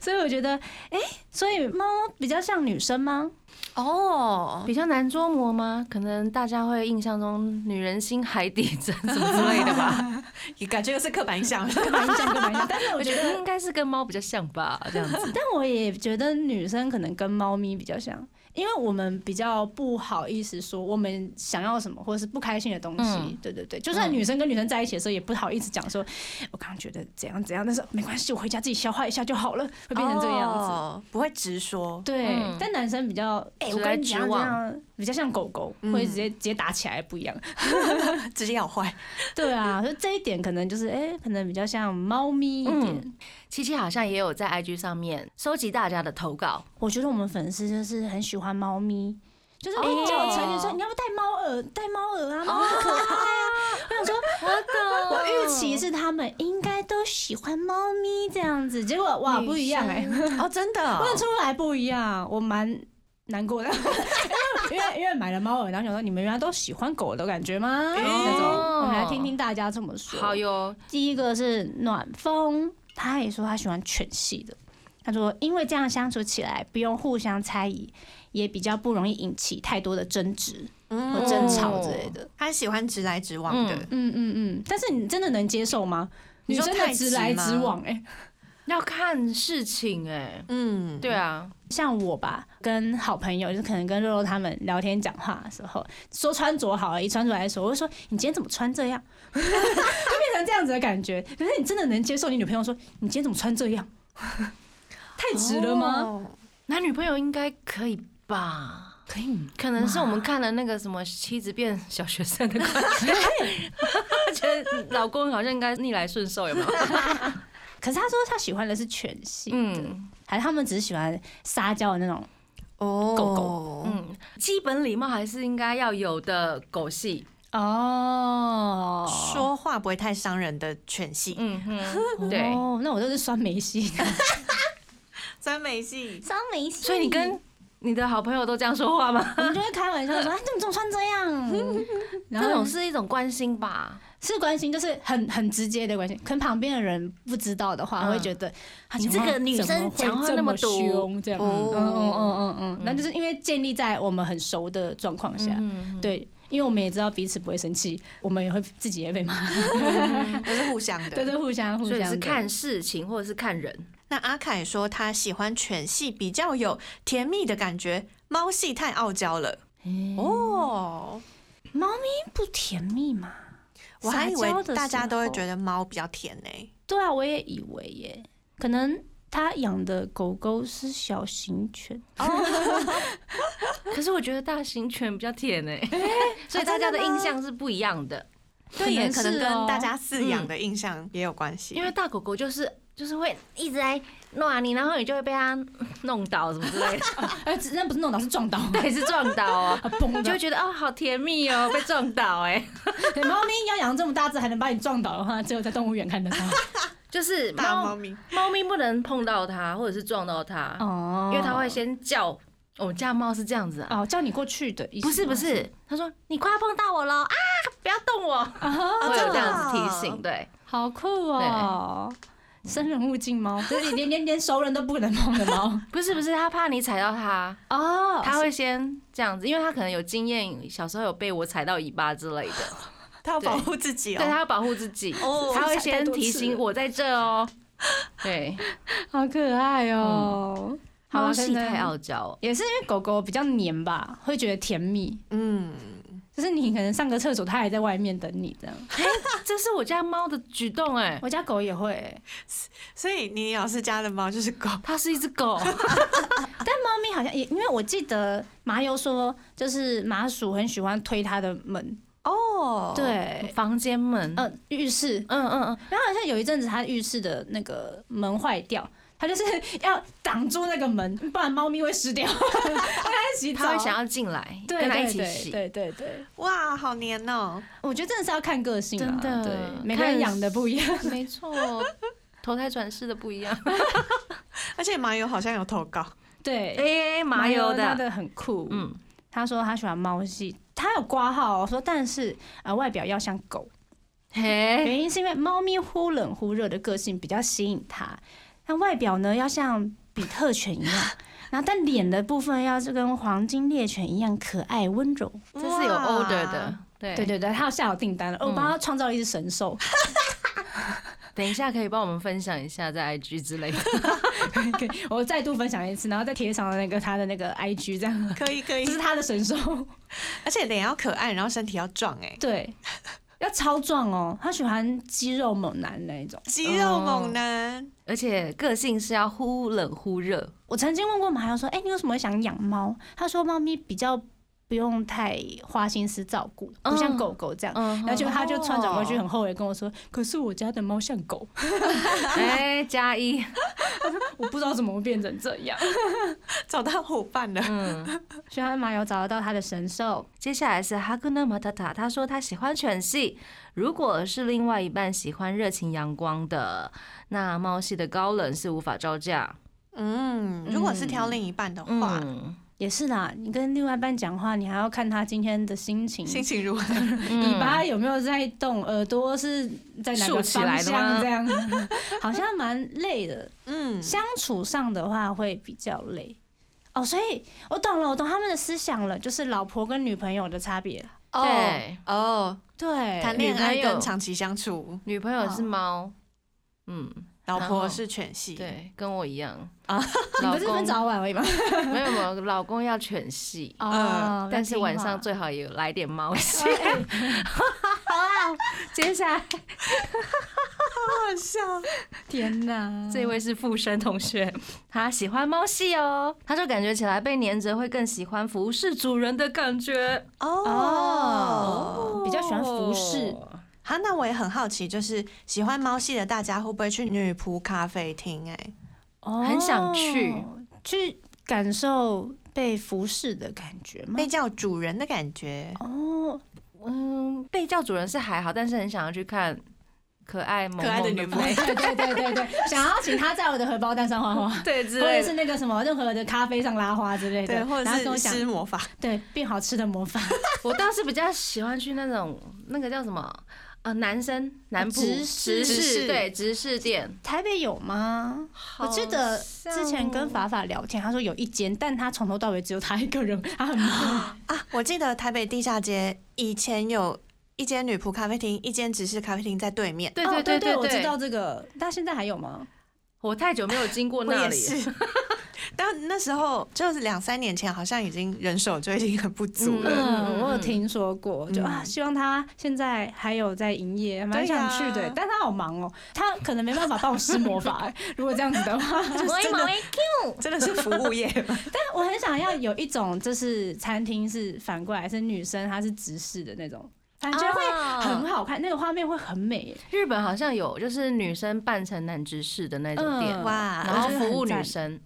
所以我觉得，哎、所以猫比较像女生吗？ (laughs)
哦，
比较难捉摸吗？可能大家会印象中女人心海底针什么之类的
(laughs)
吧。
你感觉又是刻板印象。
跟蛮像，跟蛮像。但是我
我
觉
觉
得，
得应该是跟猫比较像吧，这样子。
但我也觉得女生可能跟猫咪比较像，因为我们比较不好意思说我们想要什么，或者是不开心的东西。
嗯
对对对，就算
嗯
女生跟女生在一起的时候，也不好意思讲说，我刚刚觉得怎样怎样，但是没关系，我回家自己消化一下就好了，会变成这个样子。
哦，不会直说。
对，
嗯
但男生比较，哎、
直
我
来
跟你讲
直
这
往
样，比较像狗狗，
嗯
会直接直接打起来不一样。
直接咬坏。
对啊，所以这一点可能就是，哎、可能比较像猫咪一点。
嗯七七好像也有在 IG 上面收集大家的投稿，
我觉得我们粉丝就是很喜欢猫咪，就是
哦
哎叫我成员说你要不要戴猫耳，戴猫耳啊，猫咪可爱啊。我想说，
我
我预期是他们应该都喜欢猫咪这样子，结果哇
女
不一样哎、
哦，真的哦。
问出来不一样，我蛮难过的， (laughs) 因为因为买了猫耳，然后想说你们原来都喜欢狗的感觉吗？那种，我们来听听大家这么说。
好哟，
第一个是暖风，他也说他喜欢犬系的。他说，因为这样相处起来不用互相猜疑，也比较不容易引起太多的争执
嗯
和
我
争
真
吵之类的。
他喜欢直来直往的，
嗯嗯嗯，但是你真的能接受吗？
你
女
说
生
太
的
直
直来
吗
直往、哎，
要看事情哎、
嗯，
对啊，
像我吧，跟好朋友，就是可能跟肉肉他们聊天讲话的时候，说穿着好了，一穿着来说，我会说你今天怎么穿这样， (laughs) 就变成这样子的感觉。可是你真的能接受你女朋友说你今天怎么穿这样， (laughs) 太直了吗？
哦？
男女朋友应该可以吧？
可以，
可能是我们看了那个什么妻子变小学生的关系， (laughs) 觉得老公好像应该逆来顺受，有没有？
可是他说他喜欢的是犬系，嗯，
嗯
还是他们只是喜欢撒娇的那种。
哦，
狗
狗，
嗯，基本礼貌还是应该要有的狗戏。
哦，
说话不会太伤人的犬系，
嗯哼，对。
哦，那我就是酸梅系，
酸梅 (laughs) 系。
酸梅
(laughs)
系
所以你跟你的好朋友都这样说话吗？
(laughs) 我们就会开玩笑说，哎，你怎么总穿这样？ (laughs)
(laughs)
然
这
后
种是一种关心吧。
是关心，就是很很直接的关心。可能旁边的人不知道的话，
嗯
会觉得啊
你这个女生讲话那么
怎会这凶，这样。嗯嗯
哦，
嗯嗯嗯，那就是因为建立在我们很熟的状况下，
嗯，
对，因为我们也知道彼此不会生气，我们也会自己也被骂，
都是互相
对
的。
对，互相互
所
相
以
的。
是看事情或者是看人。 (laughs)
那阿凯说他喜欢犬系，比较有甜蜜的感觉，猫系太傲娇了。哦，
猫咪不甜蜜嘛？
我还以
撒娇的
为
时候
大家都会觉得猫比较甜呢、
对啊，我也以为耶，可能他养的狗狗是小型犬，
可是我觉得大型犬比较甜 (laughs) 诶，所以大家的印象是不一样的。
对
也
也
可能
是
跟
哦
大家饲养的印象也有关系。
因为大狗狗就是就是会一直在弄啊你，然后你就会被它弄倒什么之类的， (laughs)
哎，那不是弄倒，是撞 (laughs) 倒，
对，是撞倒 (laughs) 哦。
啊嘣
你就
的
会。觉得哦，好甜蜜哦，被撞倒哎、 (laughs)
对猫咪要养这么大只还能把你撞倒的话，只有在动物园
(laughs)
看得到。
就是
大猫
猫
咪
猫咪不能碰到它，或者是撞到它，
哦
因为它会先叫。我们家猫是这样子啊，
哦叫你过去的意思
不
吗，
是不是，它说你快要碰到我了啊，不要动我，
啊，
会有这样子
真的
提
哦
醒，对。
好酷哦。生人勿近猫，就是 (laughs) 连连连熟人都不能碰的猫
不是不是，它怕你踩到它，
哦
它会先这样子，因为它可能有经验，小时候有被我踩到尾巴之类的，
它要保护自己
对，
哦。
它要保护自己，
哦
它会先提醒我在这
(laughs)
哦。对，
好可爱哦。好
嗯
啦
猫系
可能
太傲娇哦，
也是因为狗狗比较黏吧，会觉得甜蜜，
嗯，
就是你可能上个厕所，它还在外面等你
(laughs)
这样。
啊这是我家猫的举动哎，
我家狗也会欸，
所以你老师家的猫就是狗，
它是一只狗，
但猫咪好像也，因为我记得麻油说，就是麻薯很喜欢推它的门，
哦，
对，
房间门，嗯
嗯，浴室，
嗯嗯嗯，
然后好像有一阵子他浴室的那个门坏掉。他就是要挡住那个门，不然猫咪会湿掉。 (laughs) 它在洗澡，
他会想要进来，
对
跟他一
对
起
对
洗，
对对对，
哇，好黏哦、
我觉得真的是要看个性啊，
真的
对，每个人
看
养的不一样。
(laughs) 没错，投胎转世的不一样。
而且麻油好像有投
(laughs)
稿，
(laughs)
对，
哎，麻油
他
的，
的很酷。嗯，
嗯，
他说他喜欢猫系，他有挂号哦说，但是呃外表要像狗，
嘿，
原因是因为猫咪忽冷忽热的个性比较吸引他，但外表呢要像比特犬一样，然后但脸的部分要是跟黄金猎犬一样可爱温柔。
这是有
哇
order 的。，对
对对对，他要下好订单了，哦我帮他创造了一只神兽，
等一下可以帮我们分享一下 (laughs) 在 IG 之类的。
可以我再度分享一次，然后再贴上那个他的那个 IG
(laughs)
这样，
可以可以
这，是他的神兽，
而且脸要可爱，然后身体要壮哎、
对，要超壮哦，他喜欢肌肉猛男那一种。
肌肉猛男，
而且个性是要忽冷忽热，
我曾经问过马友说，哎、你为什么想养猫？他说猫咪比较不用太花心思照顾，不像
嗯
狗狗这样。
嗯，
然后就他就穿转过
(laughs)
去，
哦，
很后悔跟我说：“可是我家的猫像狗， (laughs)
哎，加一，
我不知道怎么会变成这样。
找到伙伴了。
嗯，”
所以他马友找得到他的神兽，
接下来是哈 a 纳马塔塔，他说他喜欢犬系，如果是另外一半喜欢热情阳光的，那猫系的高冷是无法招架。
嗯，如果是挑另一半的话，
嗯，
也是啦。你跟另外一半讲话，你还要看他今天的心情，
心情如何？ (laughs)
尾巴有没有在动，耳朵是在
嗯
哪
竖
个
起
方
来的吗
向，这样 (laughs) 好像蛮累的。
嗯，
相处上的话会比较累。哦，所以我懂了，我懂他们的思想了，就是老婆跟女朋友的差别。
对，
哦，
对，
谈恋爱
女朋友
跟长期相处，
女朋友是猫，嗯，
老
然后
婆是犬系，，
对，跟我一样 (laughs)
啊，
你
老
不是分
公
早晚而已吗？
没有没有，老公要犬系，
哦，
嗯但是晚上
最
最好也来点猫系。接下来
好笑。
天哪，
这位是附身同学，他喜欢猫系哦，他就感觉起来被黏着会更喜欢服侍主人的感觉，
哦
哦，比较喜欢服饰。
好，那我也很好奇，就是喜欢猫系的大家会不会去女仆咖啡厅？哎，
哦
很想去
去感受被服侍的感觉吗
被？叫主人的感觉，
哦，
嗯，被叫主人是还好，但是很想要去看可爱萌
可爱的
萌
女仆
猫
对对对对对，想要请他在我的荷包蛋上画画，
(laughs)
或
(laughs) 对之
者
类
是
的。
那个什么任何的咖啡上拉花之类的，
对，或者
然后跟我
是
讲
施魔法，
对变好吃的魔法。
我倒是比较喜欢去那种那个叫什么呃，男生男仆
直视
直视
是
对直视店，
台北有吗？我记得之前跟法法聊天，他说有一间，但他从头到尾只有他一个人，他很忙。
啊，我记得台北地下街以前有一间女仆咖啡厅，一间直视咖啡厅在对面。
对
哦
对
(gasps) 对
对，
我知道这个，但现在还有吗？
我太久没有经过
我
那
也
(laughs)
里，
(laughs) 是，但那时候就是两三年前，好像已经人手就已经很不足
嗯
了。
嗯，我有听说过，就
嗯
啊，希望他现在还有在营业，蛮想去
对
的
呀，
但他好忙哦，他可能没办法帮我施魔法。欸 (laughs) 如果这样子的话，
某一某一
真的是服务业 (laughs) 吗
(laughs) 但我很想要有一种，就是餐厅是反过来是女生，她是直视的那种，感觉会
哦
很好看，那个画面会很美欸耶。
日本好像有，就是女生扮成男执事的那种店，
嗯
哇
然后
我觉得
服务
很
女
赞
生。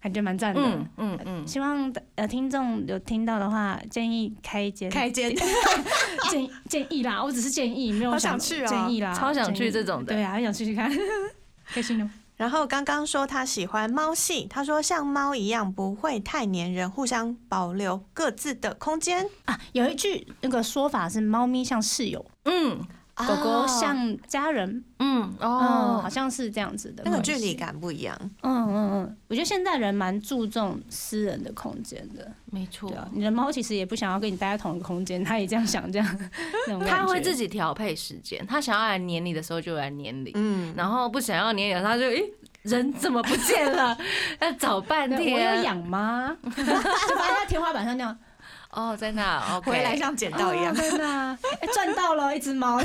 感觉蛮赞的。
嗯嗯嗯，
希望呃听众有听到的话，建议开一间，
开间？
(laughs) 建建议啦，我只是建议，没有
好想
想
去哦
建议啦，
超想去
建议
这种的
对啊，很想去去看， (laughs) 开心哦。
然后刚刚说他喜欢猫系，他说像猫一样不会太粘人，互相保留各自的空间。
啊，有一句那个说法是，猫咪像室友，
嗯
狗狗像家人，
嗯
嗯，
哦
好，像是这样子的
那个
关系
距离，感不一样，
嗯嗯嗯，我觉得现代人蛮注重私人的空间的，
没错
对，啊，你的猫其实也不想要跟你待在同一个空间，它也这样想这样，那种感觉
他会自己调配时间，他想要来黏你的时候就来黏你，
嗯，
然后不想要黏你的时候他就诶。人怎么不见了？要找半
对我有
天
养 (laughs) 吗？就发现在天花板上那样，
哦，在那
(laughs)
OK，
回来像捡到一样 (laughs)
哦。真的啊， (laughs) 哎赚、到了一只 (laughs) 猫，好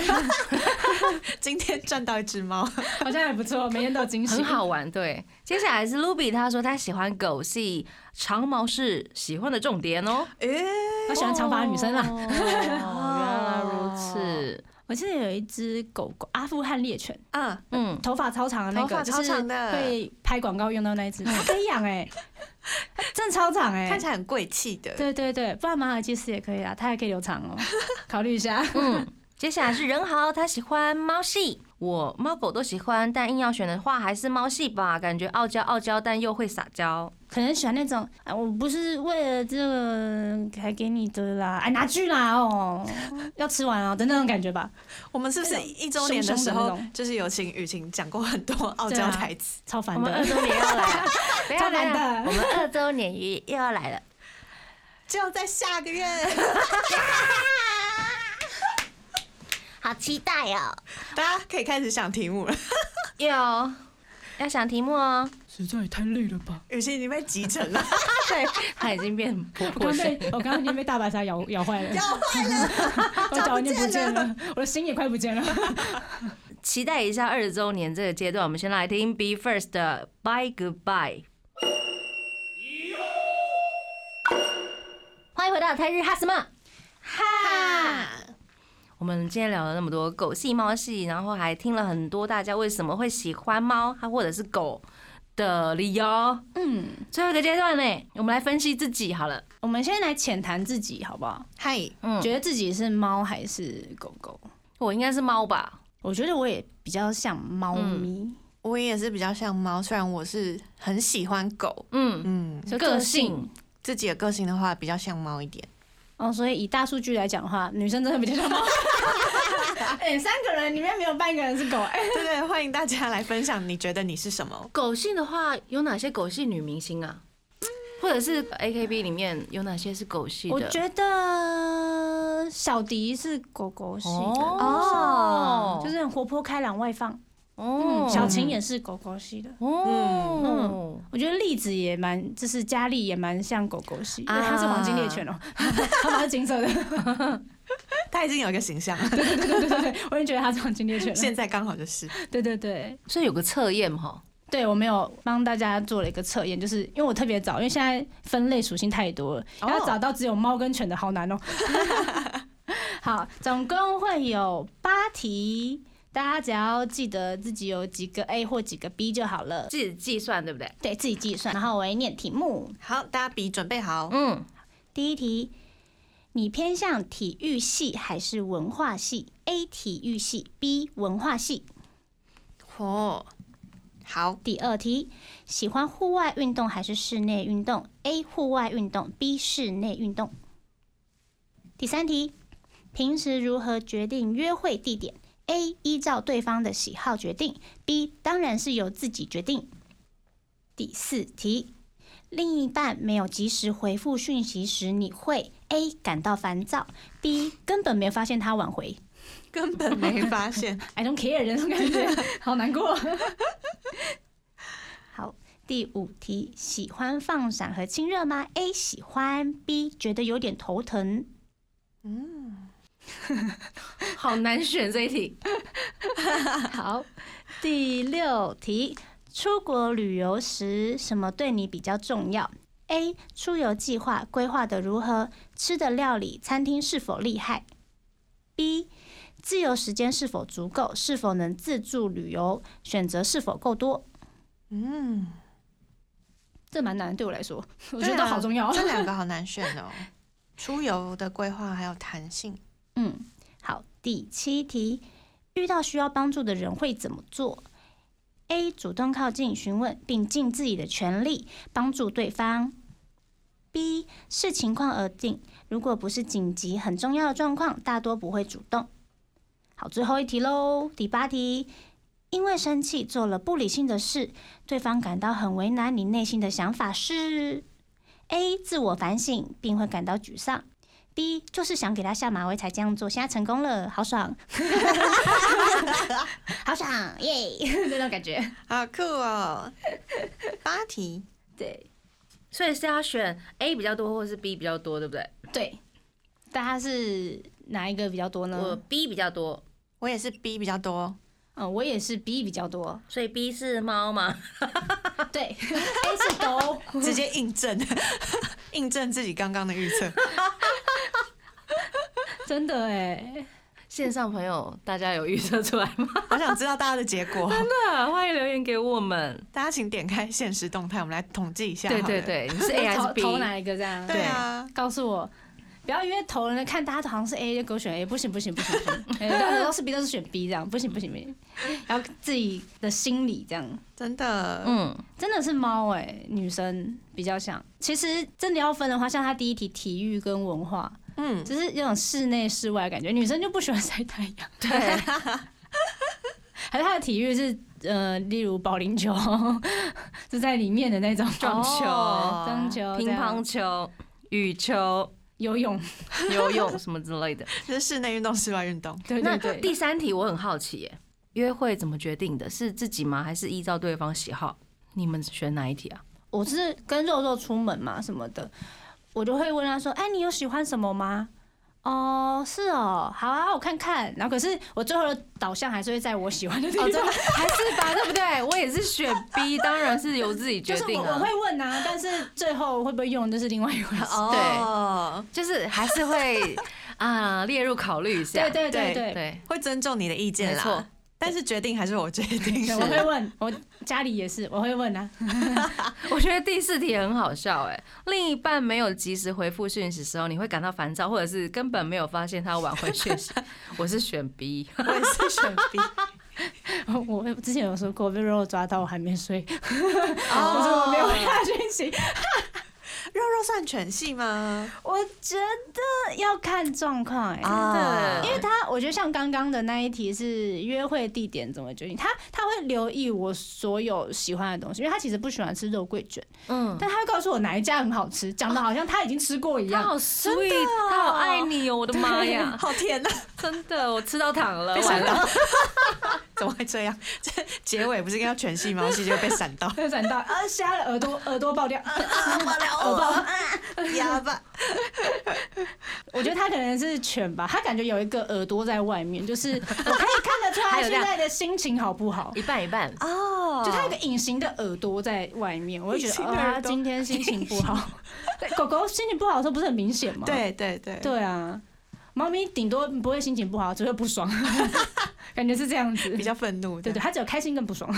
今天赚到一只 (laughs) 猫，
像还不错，每天都有惊喜，哦
很好玩。对，接下来是 Ruby，他说他喜欢狗系，长毛是喜欢的重点哦。
诶，
(laughs) 他喜欢长发的女生啦。啊
哦，原来如是，
我记得有一只狗狗，阿富汗猎犬，
嗯，
嗯，
头发超长的那
头
个，
发
就
超
是
长的
会拍广告用到那 (laughs) 一只，它可以养哎，它真的超长哎，
看起来很贵气的。
对对对，不然马尔济斯也可以啦，它还可以留长 (laughs) 哦，考虑一下。
嗯，接下来是任豪，他喜欢猫系，我猫狗都喜欢，但硬要选的话还是猫系吧，感觉傲娇傲娇，但又会撒娇。
可能喜欢那种，啊，我不是为了这个才给你的啦，哎，拿去啦哦，要吃完哦的那种感觉吧，
我们是不是一周年的时
凶凶的
候
那种，
就是有请雨晴讲过很多傲
对
娇
啊
台词？
超
(laughs)
烦
我们
的
二。周年要来了，等一下
超
等一
烦
下，
的
我们二周年也又要来了。
(laughs) 就在下个月，
好期待哦！
(laughs) 大家可以开始想题目了。 (laughs)
有，要想题目哦。
实在也太累了吧！
雨晴已经被急成了，
对，他已经变婆
我
婆
刚
声
被我刚刚已经被大白鲨咬咬坏了，
要坏了。
(laughs) 我脚已经不见了，我的心也快不见了。
期待一下二周年这个阶段，我们先来听 Be First 的 Bye Goodbye。欢迎回到台日哈什么？
哈，
我们今天聊了那么多狗系、猫系，然后还听了很多大家为什么会喜欢猫，它或者是狗的理由。
嗯，
最后一个阶段呢，我们来分析自己好了。
我们先来浅谈自己好不好？
(laughs) 嗨，
嗯，
觉得自己是猫还是狗狗？
我应该是猫吧？
我觉得我也比较像猫咪，
我也是比较像猫，虽然我是很喜欢狗，
嗯，
嗯，
所以
个性。
自己的个性的话比较像猫一 (laughs) 点。
哦，所以以大数据来讲的话，女生真的比较像猫。 (laughs) 哎、三个人里面没有半个人是狗，哎、
对对，欢迎大家来分享，你觉得你是什么？
狗性的话，有哪些狗系女明星啊？或者是 A K B 里面有哪些是狗系的？
我觉得小迪是狗狗系的，
哦
就是很活泼开朗外放。
哦
嗯，小晴也是狗狗系的。
哦，
我觉得栗子也蛮，就是佳丽也蛮像狗狗系，因为
啊
它是黄金猎犬哦， (laughs) 它毛是金色的， (laughs)
他已经有一个形象 (laughs) 了，
对对对对对，我也觉得它是黄金猎犬了。
现在刚好就是。
对对对，
所以有个测验哈，
对我们有帮大家做了一个测验，就是因为我特别早，因为现在分类属性太多了，
哦
要找到只有猫跟犬的好难哦。 (laughs) 好，总共会有八题，大家只要记得自己有几个 A 或几个 B 就好了，
自己计算对不对？
对自己计算，然后我会念题目。
好，大家笔准备好。
嗯，
哦第一题，你偏向体育系还是文化系？A 体育系，B 文化系。
哦，好，
第二题，喜欢户外运动还是室内运动？A 户外运动，B 室内运动。第三题，平时如何决定约会地点？A 依照对方的喜好决定，B 当然是由自己决定。第四题，另一半没有及时回复讯息时，你会 A 感到烦躁，B 根本没有发现他挽回。
根本没发 (laughs) 现。
I don't care 的那种感觉，好难过。 (laughs) 好，第五题，喜欢放闪和亲热吗？A 喜欢，B 觉得有点头疼。
好难选这一题。
好，第六题，出国旅游时什么对你比较重要？A 出游计划规划的如何，吃的料理、餐厅是否厉害？B 自由时间是否足够，是否能自助旅游，选择是否够多？
嗯，
这蛮难，对我来说，我
对
觉
啊
得好重要。
这两个好难选 (laughs) 哦。出游的规划还有弹性，
嗯，好，第七题，遇到需要帮助的人会怎么做？A. 主动靠近询问，并尽自己的全力帮助对方。B. 视情况而定，如果不是紧急很重要的状况，大多不会主动。好，最后一题喽，第八题，因为生气做了不理性的事，对方感到很为难，你内心的想法是：A. 自我反省，并会感到沮丧。B 就是想给他下马威才这样做，现在成功了，好爽，好爽耶！ (laughs) 那种感觉。
好酷哦。 (laughs) 八题，
对
(laughs) 所以是要选 A 比较多，或者是 B 比较多，对不对？
对，大家是哪一个比较多
我
呢？
B 比较多，
我也是 B 比较多。 (laughs)
嗯，我也是 B 比较多。
所以 B 是猫嘛？
对，A 是 (laughs) 狗。
直接印证， (laughs) 印证自己刚刚的预测。
真的哎，
(laughs) 线上朋友，大家有预测出来吗？
好想知道大家的结果，
那啊欢迎留言给我们。
大家请点开现实动态，我们来统计一下。
对对，对， (laughs) 你是 A 还
投
是 B？
投哪一个这样？
对啊，
告诉我，不要因为投了看大家都好像是 A 就给我选 A，不行不行不行，不行哎都是 B 都是选 B 这样，不行不行不行，然后自己的心理这样，
真的，
嗯，
真的是猫哎、女生比较像。其实真的要分的话，像他第一题体育跟文化，
嗯，
就是那种室内室外的感觉，女生就不喜欢晒太阳，
(laughs) 对，
还是她的体育是呃，例如保龄球， (laughs) 就在里面的那种
撞球
哦
撞球、
乒乓、球、羽球、
游泳，
游泳什么之类的。
就是室内运动、室外运动。
对
那
对对。
第三题我很好奇耶，约会怎么决定的？是自己吗？还是依照对方喜好？你们选哪一题啊？
我是跟肉肉出门嘛什么的，我就会问他说：“哎，你有喜欢什么吗？”哦，是哦，好啊，我看看。然后可是我最后的导向还是会在我喜哦欢的地方，
(laughs) 还是吧，对不对？我也是选 B，当然是由自己
就
决
是
定
我我
啊。
会问啊，但是最后会不会用就是另外一
(laughs)
回事。
哦，
就是还是会啊 (laughs) 列入考虑一下。
(laughs) 对对
对
对对，
对，
会尊重你的意见啦。
没错，
但是决定还是我决定。
对我会问，我家里也是，我会问啊。 (laughs)
我觉得第四题很好笑哎，另一半没有及时回复讯息的时候，你会感到烦躁，或者是根本没有发现他晚回讯 (laughs) 息。我是选 B，
我也是选 B。
我我之前有说过被肉肉抓到，我还没睡， (laughs) 我说我没
(laughs)
有
哦，
回他讯息。
肉肉算犬系吗？
我觉得要看状况哎，
哦
啊
因为他，我觉得像刚刚的那一题是约会地点怎么决定，他他会留意我所有喜欢的东西，因为他其实不喜欢吃肉桂卷，
嗯，
但他会告诉我哪一家很好吃，讲的好像他已经吃过一
他
样。
好啊 sweet，他好爱你哦，我的妈呀，
(laughs) 好甜呐、
真的，我吃到糖了，
被
完
闪
了，
到， (laughs) 怎么会这样？这结尾不是应该要全
(laughs)
系吗？我结果被闪
(laughs)
到，
闪到啊，瞎了耳朵，耳朵爆掉。啊 (laughs)
我哑巴。
我觉得他可能是犬吧，他感觉有一个耳朵在外面，就是我可以看得出
还
他
有这
现
样
在的心情好不好。
一半一半。
哦，
就它有个隐形的耳朵在外面，我就觉
隐形
得
的
哦，
耳
它
朵
今天心情不好。对狗狗心情不好的时候不是很明显吗？
对对对，
对啊，猫咪顶多不会心情不好，只会不爽， (laughs) 感觉是这样子。
比较愤怒的。
对对，它只有开心跟不爽。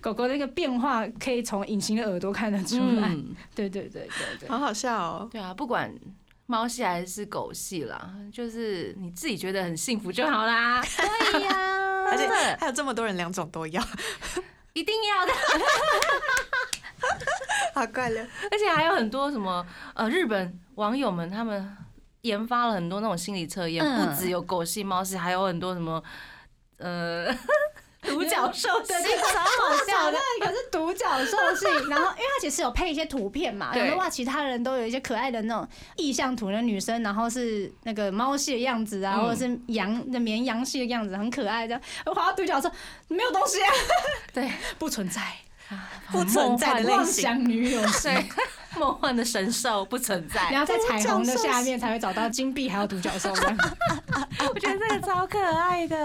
狗狗那个变化可以从隐形的耳朵看得出来。
嗯，
对对对对对。
好好笑哦。
对啊，不管猫系还是狗系啦，就是你自己觉得很幸福就好啦。对 (laughs) 呀
而且
真的
还有这么多人两种都要，
一定要的。 (laughs)
好快乐。
而且还有很多什么呃，日本网友们他们研发了很多那种心理测验，
嗯
不只有狗系、猫系，还有很多什么 (laughs) 呃独角兽系。
对对，超好笑的。那个是独角兽性，然后因为它其实有配一些图片嘛，
对
然后哇，其他人都有一些可爱的那种意象图，那女生然后是那个猫系的样子啊，
嗯
或者是羊那绵羊系的样子，很可爱的。我滑到独角兽，没有东西啊， (laughs)
对，
不存在，
不存在的类型
妄想女友。
对， (laughs) 梦幻的神兽不存
你
在，
要在彩虹的下面才会找到金币，还有独角兽。
我觉得这个超可爱的。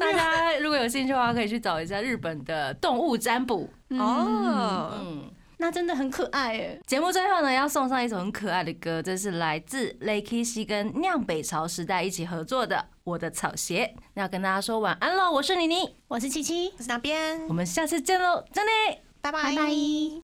大家如果有兴趣的话，可以去找一下日本的动物占卜。
哦，
嗯，
那真的很可爱哎。
节目最后呢，要送上一首很可爱的歌，这是来自 l a k y 西跟酿北朝时代一起合作的《我的草鞋》。那要跟大家说晚安喽，我是妮妮，
我是七七，
是哪边
我？们下次见喽，真的。
拜
拜拜。